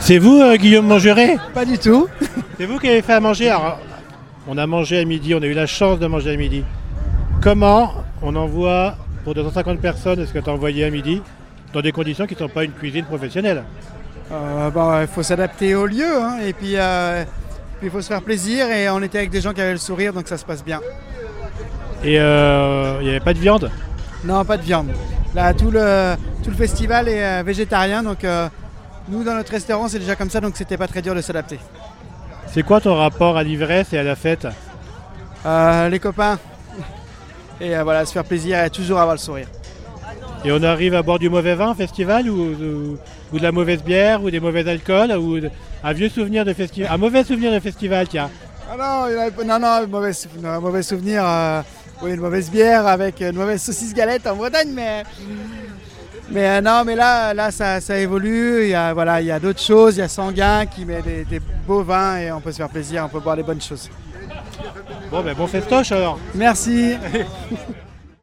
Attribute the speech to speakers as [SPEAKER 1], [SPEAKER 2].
[SPEAKER 1] C'est vous, euh, Guillaume Mangeret
[SPEAKER 2] Pas du tout.
[SPEAKER 1] C'est vous qui avez fait à manger Alors, On a mangé à midi, on a eu la chance de manger à midi. Comment on envoie pour 250 personnes est ce que tu as envoyé à midi dans des conditions qui ne sont pas une cuisine professionnelle
[SPEAKER 2] Euh, bah, il faut s'adapter au lieu hein, et puis euh, puis il faut se faire plaisir et on était avec des gens qui avaient le sourire donc ça se passe bien.
[SPEAKER 1] Et euh, il n'y avait pas de viande
[SPEAKER 2] Non, pas de viande. Là, tout le, tout le festival est euh, végétarien donc euh, nous dans notre restaurant c'est déjà comme ça donc c'était pas très dur de s'adapter.
[SPEAKER 1] C'est quoi ton rapport à l'ivresse et à la fête
[SPEAKER 2] Euh, les copains et euh, voilà se faire plaisir et toujours avoir le sourire.
[SPEAKER 1] Et on arrive à boire du mauvais vin au festival ou, ou- ou de la mauvaise bière ou des mauvais alcools ou de- un vieux souvenir de festival, un mauvais souvenir de festival tiens.
[SPEAKER 2] Ah non, il y en avait- non, non, mauvais, sou- non, mauvais souvenir. euh, oui, une mauvaise bière avec une mauvaise saucisse galette en Bretagne, mais. Mais euh, non, mais là, là ça, ça évolue. Il y a, voilà, il y a d'autres choses. Il y a Sanguin qui met des, des beaux vins et on peut se faire plaisir, on peut boire des bonnes choses.
[SPEAKER 1] Bon ben bon festoche alors
[SPEAKER 2] Merci.